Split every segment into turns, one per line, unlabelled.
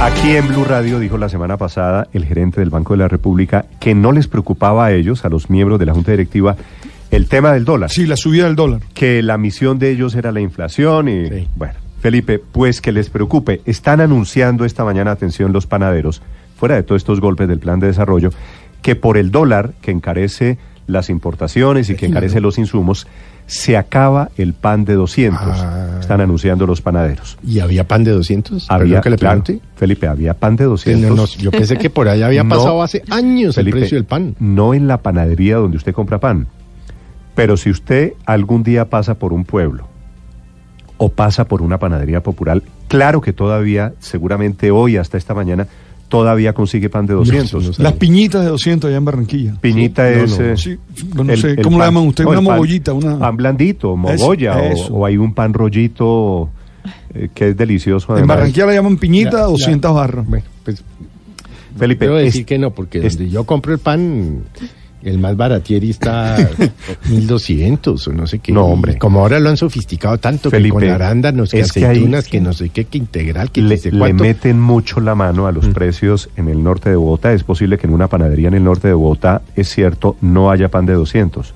Aquí en Blue Radio dijo la semana pasada el gerente del Banco de la República que no les preocupaba a ellos, a los miembros de la Junta Directiva, el tema del dólar.
Sí, la subida del dólar.
Que la misión de ellos era la inflación y
Sí.
bueno. Felipe, pues que les preocupe. Están anunciando esta mañana, atención, los panaderos, fuera de todos estos golpes del plan de desarrollo, que por el dólar que encarece las importaciones y que encarece los insumos, se acaba el pan de 200.
Ah.
Están anunciando los panaderos.
¿Y había pan de 200? Perdón que le
claro,
pregunte.
Felipe, había pan de
Sí,
200.
no, no, yo pensé que por ahí había
No.
pasado hace años
Felipe,
Pues el precio del pan.
No en la panadería donde usted compra pan. Pero si usted algún día pasa por un pueblo o pasa por una panadería popular, claro que todavía, seguramente hoy hasta esta mañana, todavía consigue pan de 200.
No, sí, no
Las piñitas de 200 allá en Barranquilla.
Piñita
Sí, no,
es...
no,
eh,
sí, no, no sé, ¿cómo la
pan-
llaman usted?
no,
Una
el pan-
mogollita, una...
Pan blandito, mogolla, o-
eso.
o, hay un pan rollito eh, que es delicioso.
en
además.
Barranquilla la llaman piñita,
Ya, ya.
200 barras.
Bueno, pues
Felipe,
debo decir
es-
que no, porque
es-
donde yo compro el pan, el más baratieri está 1200 o no sé qué.
No, hombre.
Como ahora lo han sofisticado tanto
Felipe,
que con arándanos, que
es que ahí-
aceitunas, que no sé qué, que integral, que
le,
no sé
le
cuánto. Mm.
meten mucho la mano a los precios en el norte de Bogotá. Es posible que en una panadería en el norte de Bogotá, es cierto, no haya pan de 200.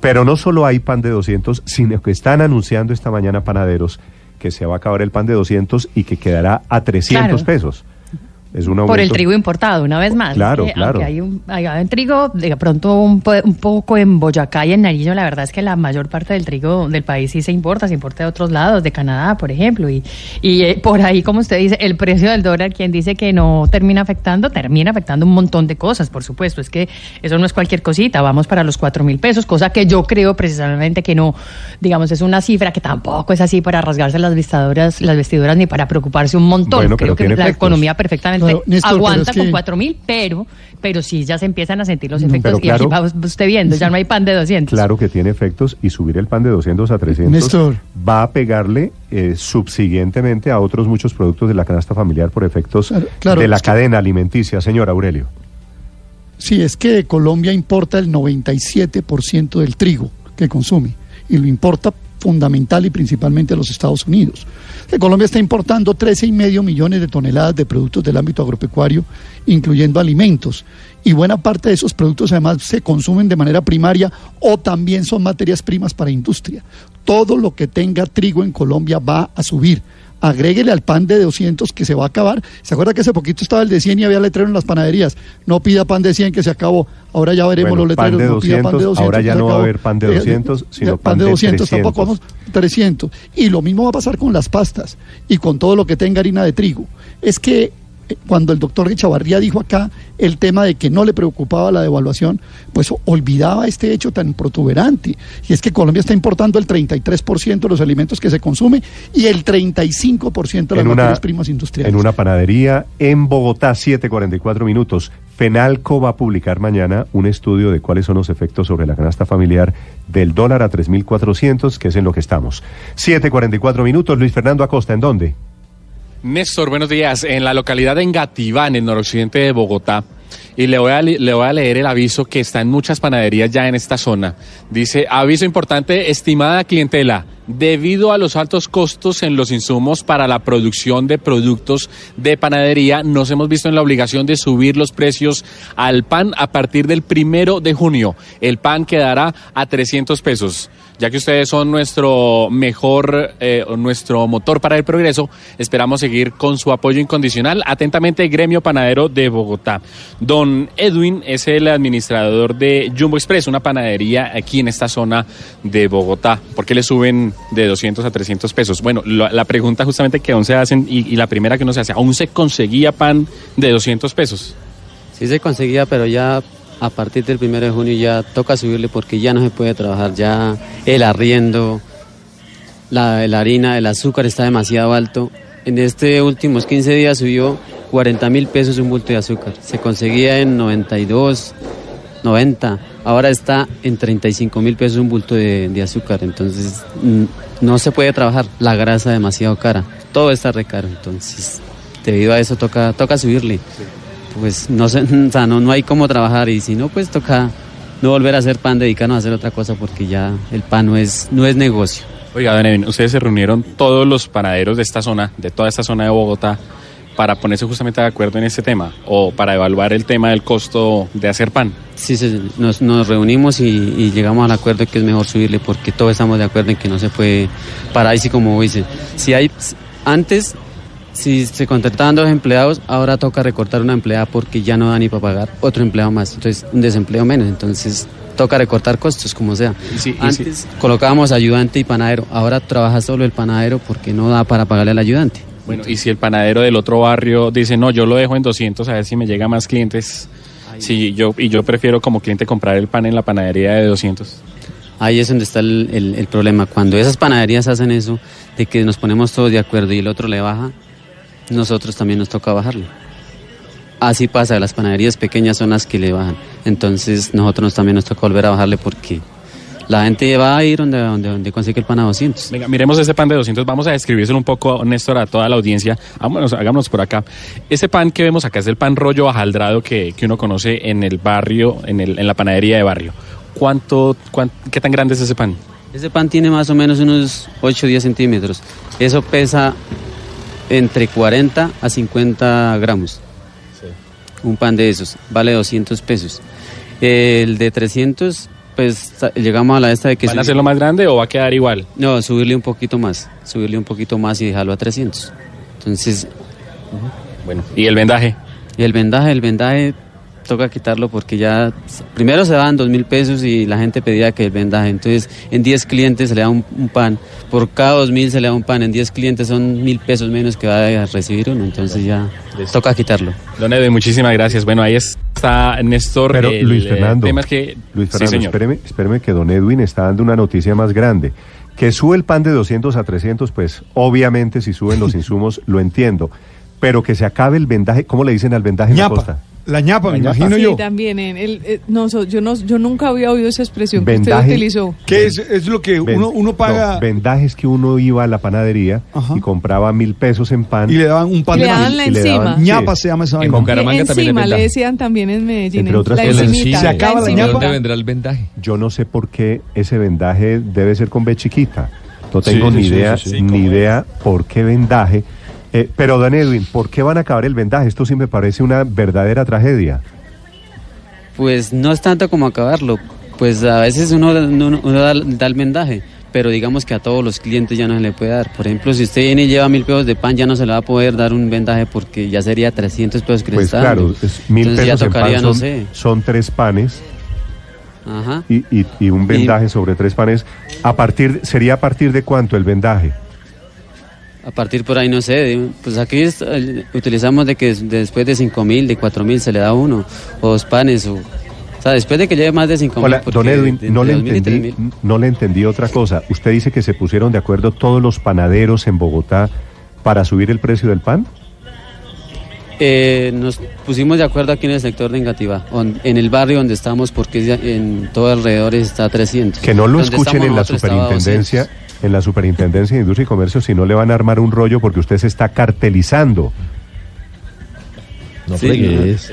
Pero no solo hay pan de 200, sino que están anunciando esta mañana panaderos que se va a acabar el pan de 200 y que quedará a 300
Claro.
pesos. Es un
Por el
aumento.
trigo importado, una vez más.
Claro,
Eh,
claro.
Aunque hay un, hay un trigo, de pronto un, po- un poco en Boyacá y en Nariño, la verdad es que la mayor parte del trigo del país sí se importa, se importa de otros lados, de Canadá, por ejemplo. Y, y eh, por ahí, como usted dice, el precio del dólar, quien dice que no termina afectando, termina afectando un montón de cosas, por supuesto. Es que eso no es cualquier cosita, vamos para los cuatro mil pesos, cosa que yo creo precisamente que no, digamos, es una cifra que tampoco es así para rasgarse las vestiduras, las vestiduras ni para preocuparse un montón.
Bueno, pero
creo que
tiene
la
efectos.
economía perfectamente
Pero, Néstor, pero
aguanta
es que-
con 4 mil, pero, pero sí ya se empiezan a sentir los efectos.
pero
y aquí
claro-
va usted viendo, ya no hay pan de 200.
Claro que tiene efectos y subir el pan de 200 a 300
Néstor.
va a pegarle eh, subsiguientemente a otros muchos productos de la canasta familiar por efectos
Claro, claro,
de la
es que-
cadena alimenticia, señor Aurelio.
Sí, es que Colombia importa el 97% del trigo que consume y lo importa fundamental y principalmente a los Estados Unidos. Que Colombia está importando 13,5 millones de toneladas de productos del ámbito agropecuario, incluyendo alimentos. Y buena parte de esos productos además se consumen de manera primaria o también son materias primas para industria. Todo lo que tenga trigo en Colombia va a subir. Agréguele al pan de 200 que se va a acabar. ¿Se acuerda que hace poquito estaba el de 100 y había letrero en las panaderías? No pida pan de 100 que se acabó. Ahora ya veremos
Bueno,
los
pan
letreros.
de
no pida pan de
200,
200
ahora
que
ya
se
no va a
acabó.
haber pan de
Eh,
200, sino pan de
200, tampoco
300.
vamos 300. Y lo mismo va a pasar con las pastas y con todo lo que tenga harina de trigo. Es que eh, cuando el doctor Echavarría dijo acá el tema de que no le preocupaba la devaluación, pues o- olvidaba este hecho tan protuberante. Y es que Colombia está importando el 33% de los alimentos que se consume y el 35% de las materias primas industriales.
en una panadería en Bogotá, 7.44 minutos. Fenalco va a publicar mañana un estudio de cuáles son los efectos sobre la canasta familiar del dólar a 3.400, que es en lo que estamos. 7.44 minutos. Luis Fernando Acosta, ¿en dónde?
Néstor, buenos días. En la localidad de Engativá, en el noroccidente de Bogotá. Y le voy, a, li- le voy a leer el aviso que está en muchas panaderías ya en esta zona. Dice, aviso importante, estimada clientela, debido a los altos costos en los insumos para la producción de productos de panadería, nos hemos visto en la obligación de subir los precios al pan a partir del primero de junio. El pan quedará a 300 pesos ya que ustedes son nuestro mejor, eh, o nuestro motor para el progreso, esperamos seguir con su apoyo incondicional. Atentamente, Gremio Panadero de Bogotá. Don Edwin es el administrador de Jumbo Express, una panadería aquí en esta zona de Bogotá. ¿Por qué le suben de 200 a 300 pesos? Bueno, la, la pregunta justamente que aún se hacen y, y la primera que uno se hace, ¿aún se conseguía pan de 200 pesos?
Sí se conseguía, pero ya a partir del 1 de junio ya toca subirle porque ya no se puede trabajar, ya el arriendo, la, la harina, el azúcar está demasiado alto.
En este últimos 15 días subió 40 mil pesos un bulto de azúcar. Se conseguía en 92, 90. Ahora está en 35 mil pesos un bulto de, de azúcar. Entonces mm, no se puede trabajar. La grasa demasiado cara. Todo está recaro. Entonces debido a eso toca, toca subirle. Pues no, se, o sea, no, no hay cómo trabajar y si no, pues toca no volver a hacer pan, dedicarnos a hacer otra cosa porque ya el pan no es, no es negocio.
Oiga, don Edwin, ustedes se reunieron todos los panaderos de esta zona, de toda esta zona de Bogotá, para ponerse justamente de acuerdo en este tema o para evaluar el tema del costo de hacer pan.
Sí, sí, nos, nos reunimos y, y llegamos al acuerdo que es mejor subirle porque todos estamos de acuerdo en que no se puede parar así como dicen. Si hay, antes, si se contrataban dos empleados, ahora toca recortar una empleada porque ya no da ni para pagar otro empleado más, entonces un desempleo menos, entonces toca recortar costos como sea.
Sí, y sí.
antes colocábamos ayudante y panadero, ahora trabaja solo el panadero porque no da para pagarle al ayudante.
Bueno, y si el panadero del otro barrio dice, no, yo lo dejo en 200 a ver si me llega más clientes. Sí, yo, y yo prefiero como cliente comprar el pan en la panadería de 200.
Ahí es donde está el, el- el problema. Cuando esas panaderías hacen eso, de que nos ponemos todos de acuerdo y el otro le baja, nosotros también nos toca bajarlo. Así pasa, las panaderías pequeñas son las que le bajan. Entonces nosotros nos- también nos toca volver a bajarle porque la gente va a ir donde, donde, donde consigue el pan a 200.
Venga, miremos este pan de 200. Vamos a describírselo un poco, Néstor, a toda la audiencia. Vámonos, hagámonos por acá. Ese pan que vemos acá es el pan rollo ajaldrado que, que uno conoce en el barrio, en, el, en la panadería de barrio. ¿Cuánto, cuán- ¿Qué tan grande es ese pan?
Ese pan tiene más o menos unos 8 o 10 centímetros. Eso pesa entre 40 a 50 gramos. Un pan de esos vale 200 pesos. El de 300, pues ta- llegamos a la esta de que...
¿Van a
subir-
hacerlo más grande o va a quedar igual?
No, subirle un poquito más. Subirle un poquito más y dejarlo a 300. Entonces,
Bueno, ¿y el vendaje?
y el vendaje, el vendaje toca quitarlo porque ya s- primero se daban dos mil pesos y la gente pedía que el vendaje. Entonces, en 10 clientes se le da un, un pan. Por cada dos mil se le da un pan. En 10 clientes son mil pesos menos que va a recibir uno. Entonces ya toca quitarlo.
Don Edwin, muchísimas gracias. Bueno, ahí está Néstor.
Pero
el,
Luis
eh,
Fernando,
tema es que-
Luis
Sí,
Fernando,
señor.
espéreme, espéreme que don Edwin está dando una noticia más grande. Que sube el pan de 200 a 300, pues obviamente si suben los insumos lo entiendo. Pero que se acabe el vendaje, ¿cómo le dicen al vendaje en la costa?
ñapa. La ñapa, me
La ñapa.
imagino
Sí,
yo.
también. en el- eh, no, so- yo, no, yo nunca había oído esa expresión que
Vendaje.
usted utilizó.
Que es, es lo que
Ven-
uno, uno
no,
paga
vendajes que uno iba a la panadería
Ajá.
y compraba mil pesos en pan.
y le daban un pan
Y
de
le
pan.
daban la encima.
sí.
ñapa se llama esa
En
vaina.
Boca- Bucaramanga también le
encima
vendan.
le decían también en Medellín.
Entre otras
la
cosas,
encimita,
sí. Se acaba la
encimita.
ñapa. ¿Dónde
vendrá el vendaje?
Yo no sé por qué ese vendaje debe ser con B chiquita. No
Sí,
tengo
sí,
ni
sí,
idea,
sí, sí,
ni idea por qué vendaje. Eh, pero Dan Edwin, ¿por qué van a acabar el vendaje? Esto sí me parece una verdadera tragedia.
Pues no es tanto como acabarlo. Pues a veces uno, uno- uno da, da el vendaje, pero digamos que a todos los clientes ya no se le puede dar. Por ejemplo, si usted viene y lleva mil pesos de pan, ya no se le va a poder dar un vendaje porque ya sería 300 pesos que le
Pues
está
claro,
dando.
es mil
Entonces
pesos
ya
en pan
tocaría,
son,
no sé.
son tres panes
Ajá.
y, y- y un vendaje sobre tres panes. A partir, ¿Sería a partir de cuánto el vendaje?
A partir por ahí, no sé, de- pues aquí es- el- utilizamos de que des- después de 5 mil, de 4 mil se le da uno, o dos panes, o, o sea, después de que lleve más de 5 mil.
Hola, don Edwin, no le, entendí, no le entendí otra cosa. Usted dice que se pusieron de acuerdo todos los panaderos en Bogotá para subir el precio del pan.
Eh, nos pusimos de acuerdo aquí en el sector de Engativá, on- en el barrio donde estamos, porque ya- en todo alrededor está 300.
Que no lo
Donde
escuchen
estamos
en la
nosotros estaba
superintendencia,
200.
en la superintendencia de industria y comercio, si no le van a armar un rollo porque usted se está cartelizando.
No
Sí,
fregues.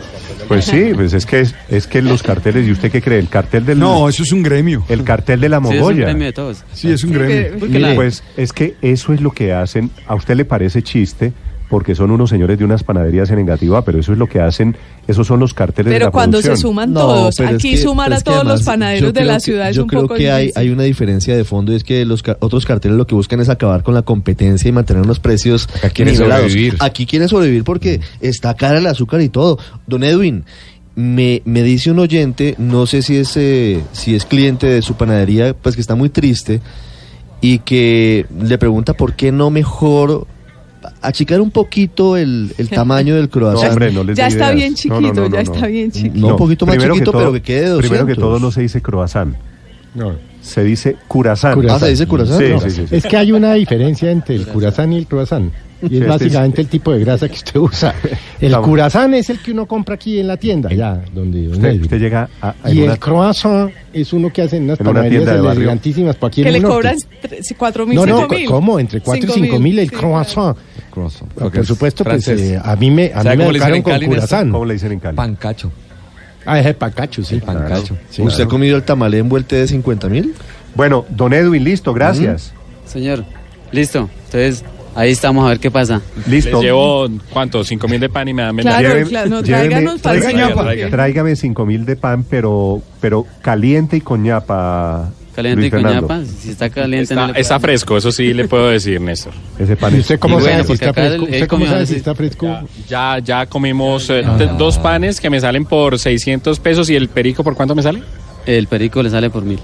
Pues sí, pues es que es, es que los carteles, ¿y usted qué cree? El cartel del
No, eso es un gremio.
el cartel de la
Sí, es un
mogolla.
premio de todos.
Sí, es un gremio.
Porque la-
Pues es que eso es lo que hacen. A usted le parece chiste porque son unos señores de unas panaderías en Engativá, pero eso es lo que hacen. Esos son los carteles de
pero
la
cuando se
producción.
suman
No,
todos,
pero es
aquí
que-
sumar
pero
a
es que
todos los
además, yo
panaderos de
creo
la
que-
ciudad es
yo
un
creo
poco
que hay,
difícil.
hay una diferencia de fondo y es que los ca- otros carteles lo que buscan es acabar con la competencia y mantener los precios
Acá quieren
nivelados.
sobrevivir.
Aquí quieren sobrevivir porque está cara el azúcar y todo. Don Edwin, me, me dice un oyente, no sé si es, eh, si es cliente de su panadería, pues que está muy triste y que le pregunta por qué no mejor achicar un poquito el, el tamaño del
No,
croissant.
hombre, no les
ya
dé
está
ideas.
bien
No,
chiquito,
no, no,
ya
no,
está
no.
bien chiquito.
No, un poquito más
primero
chiquito,
todo-
pero que quede de
Primero que
200.
todo no se dice croissant,
No.
se dice curazán.
Ah, se dice curazán.
Sí,
No,
sí, sí, sí.
Es que hay una diferencia entre el curazán y el croissant.
Y
Este
es
es-
básicamente el tipo de grasa que usted usa. El
Estamos-
curazán es el que uno compra aquí en la tienda, ya, donde don
Usted,
Edwin.
usted llega a, a- en
Y
una-
el croissant es uno que hacen unas
En una
panaderías
tienda de barrio.
elegantísimas por aquí en
que le
el norte.
cobran tres- cuatro mil,
No, no,
cinco mil.
¿cómo? Entre 4 y
Cinco
5 mil el
sí,
croissant.
Croissant.
Ah,
Porque
Por
es
supuesto, pues
francés.
eh, a mí me, a
¿Sabe
mí me
cómo le dicen
educaron
en
con
Cali, Néstor?
curazán.
¿Cómo le dicen en Cali?
Pancacho.
Ah, es el pacacho, sí.
Pancacho.
Sí.
¿Usted ha comido el tamalé envuelto de 50 mil?
Bueno, don Edwin, listo, gracias.
Mm.
Señor, listo. Entonces, ahí estamos a ver qué pasa.
Listo.
Les llevo, ¿cuánto? ¿Cinco mil de pan y me dan medalla.
Claro,
Lléveme-
claro, no,
lléveme-
tráiganos para
tráigame-
el
tráigame.
señor.
Tráigame 5 mil de pan, pero, pero caliente y con ñapa.
Caliente
Luis
y con
Fernando.
ñapa, Si está caliente,
Está,
no le
está
puedo-
fresco, eso sí le puedo decir, Néstor.
Ese pan
¿Y
es-
usted cómo
Y
sabe
bueno,
si está
porque acá
fresco?
el-
¿Usted
el
cómo
comedor
sabe si
es-
está fresco?
Ya, ya comimos eh,
Ah.
te- dos panes que me salen por 600 pesos y el perico, ¿por cuánto me sale?
El perico le sale por mil.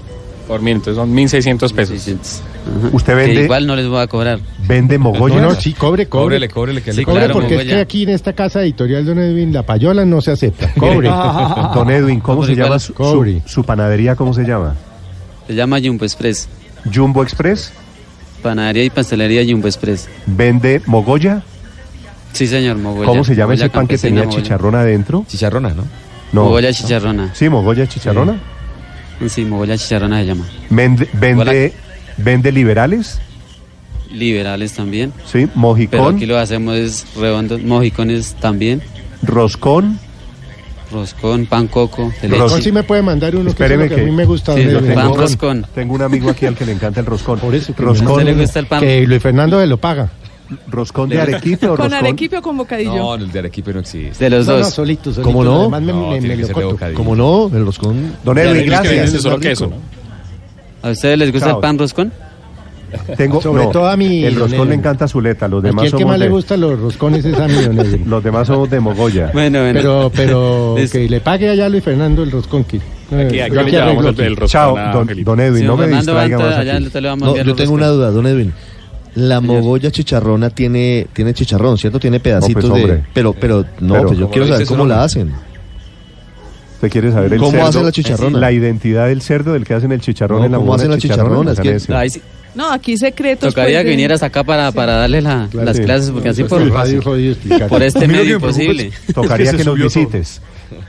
Por mil, entonces son 1600 pesos.
600. Ajá.
¿Usted vende?
Que igual no les voy a cobrar.
Vende mogollón.
No, no, sí, cobre, cobre.
Cóbrele, cóbrele, que
Sí,
le
Cobre
claro,
porque es
Mongoya.
que aquí en esta casa editorial Don Edwin, la payola no se acepta. Cobre.
Don Edwin, ¿cómo se
Cobre,
llama
¿cuál?
su, su-
Cobre.
su panadería? ¿Cómo se llama?
Se llama Jumbo Express.
Jumbo Express.
Panadería y pastelería Jumbo Express.
Vende mogolla.
Sí, señor, Mogoya.
¿Cómo se llama ese
Mogoya
pan que
campesina,
tenía
Mogoya.
chicharrón adentro?
Chicharrona, ¿no?
No.
Mogoya chicharrona.
Sí, mogolla chicharrona.
Sí, Mogoya chicharrona se llama.
Vende, vende, vende liberales.
Liberales también.
Sí,
Pero
mojicón,
aquí lo hacemos es redondos, mojicones también,
roscón.
roscón, pan coco, de
Roscón
Roscón
leche.
sí me puede mandar uno que, es
Espéreme
lo que a
que-
mí me gusta.
Sí,
don
lo
Edwin.
pan
Roscón.
roscón.
Tengo un amigo aquí al que le encanta el roscón.
Por eso que
¿A usted le
roscón,
gusta el pan?
Que Luis Fernando de Lopaga.
roscón de arequipe o
Con
roscón.
arequipe o con bocadillo.
No, el de Arequipe no existe.
De los
No, no,
dos.
solito, solito.
¿Cómo no?
Además me,
No,
me-
tiene
me
que ser
lo
de
corto.
bocadillo.
¿Cómo no? El roscón.
Don
Ya,
Edwin,
es que venden
gracias.
solo queso, ¿no?
¿A ustedes les gusta
Chao.
el pan roscón?
Tengo,
Sobre
no,
todo a mí,
El
don
roscón
Edwin.
le encanta Zuleta, los
Aquí
demás
el que
somos
más
de,
le gustan los roscones es a mí, don Edwin.
los demás somos de mogolla.
Bueno, bueno.
Pero, pero
Es-
que le pague allá a Luis Fernando el roscón que.
Aquí,
eh,
aquí
yo
le llamamos
arreglo
el,
aquí.
el roscón
Chao,
a
don,
Felipe.
don Edwin,
Sí,
no
don
me
Fernando,
distraiga
anda,
más
allá
aquí.
te le vamos a
No,
enviar
yo
los
tengo una
roscón.
duda, don Edwin. La mogolla chicharrona tiene, tiene chicharrón, ¿cierto? Tiene pedacitos de...
hombre.
Pero, pero, no,
Pero-
pues yo
Como
quiero
lo
saber
dice su
cómo
nombre.
la hacen.
Pues,
Usted quiere saber el
¿Cómo
cerdo,
hacen la chicharrona?
La identidad del cerdo del que hacen el chicharrón
No,
en la
¿cómo hacen
mona
la chicharrona? Es que-
Canese.
Ahí sí,
No, aquí secretos.
tocaría
pues,
que
de-
vinieras acá para, para darle la-
Claro,
las
sí.
clases, porque así por,
Es jodido, jodido explicar.
por este
A mí lo
medio
que me preocupa
imposible.
Tocaría
Es que
que
se
nos
subió todo.
visites.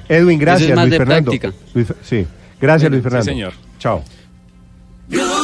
Edwin,
es
gracias,
más
Luis
de
Fernando.
práctica.
Luis- sí, gracias, Luis Fernando.
señor.
Chao.
Blue